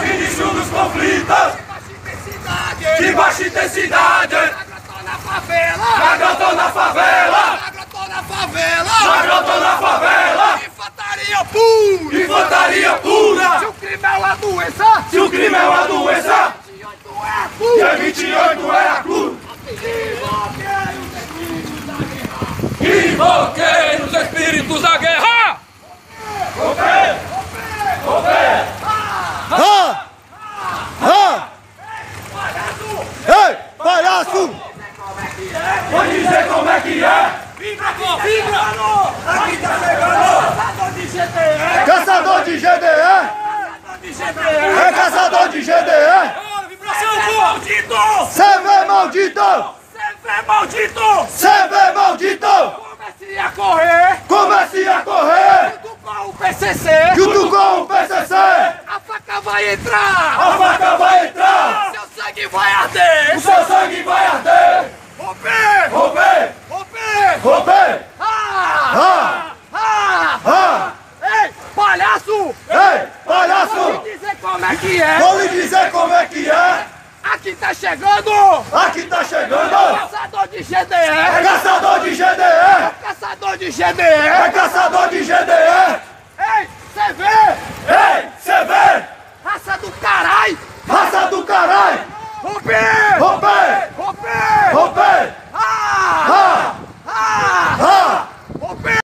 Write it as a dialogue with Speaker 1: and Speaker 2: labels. Speaker 1: os conflitos de baixa intensidade.
Speaker 2: Agrotão na favela!
Speaker 1: Agrotão na favela,
Speaker 2: Agrotão na favela!
Speaker 1: agrotão na favela,
Speaker 2: Infantaria pura!
Speaker 1: infantaria
Speaker 2: Se
Speaker 1: pura.
Speaker 2: o crime é uma doença,
Speaker 1: Se o crime é uma doença,
Speaker 2: 28 é
Speaker 1: dia
Speaker 2: pura!
Speaker 1: 28 é a cruz.
Speaker 2: Desbloqueio da guerra!
Speaker 3: Invoquei os espíritos da guerra!
Speaker 4: Ah! Ah! Ei, palhaço!
Speaker 1: Vou dizer como é que é.
Speaker 2: Aqui tá chegando! Caçador de GTE!
Speaker 4: Caçador de GDE!
Speaker 2: Caçador de GTE!
Speaker 4: É caçador de GDE!
Speaker 2: Maldito!
Speaker 4: CV maldito!
Speaker 2: CV maldito!
Speaker 4: CV maldito!
Speaker 2: Comecei a correr!
Speaker 4: Comece a correr!
Speaker 2: Do qual o PCC!
Speaker 4: Junto com o PCC!
Speaker 2: A faca vai entrar!
Speaker 4: A faca vai entrar!
Speaker 2: Seu sangue vai arder!
Speaker 4: O seu sangue vai arder!
Speaker 2: Romper!
Speaker 4: Roubei!
Speaker 2: Romper!
Speaker 4: Roubei!
Speaker 2: Ah!
Speaker 4: Ah!
Speaker 2: Ah!
Speaker 4: Ah!
Speaker 2: Ei, palhaço!
Speaker 4: Ei,
Speaker 2: Vou
Speaker 4: palhaço!
Speaker 2: te dizer como é que é!
Speaker 4: Vou lhe dizer como é que é!
Speaker 2: Aqui tá chegando!
Speaker 4: Aqui tá chegando!
Speaker 2: Caçador de GDE!
Speaker 4: É caçador de GDE!
Speaker 2: Caçador de GDE!
Speaker 4: É caçador de GDE!
Speaker 2: Ei, CV! Ah!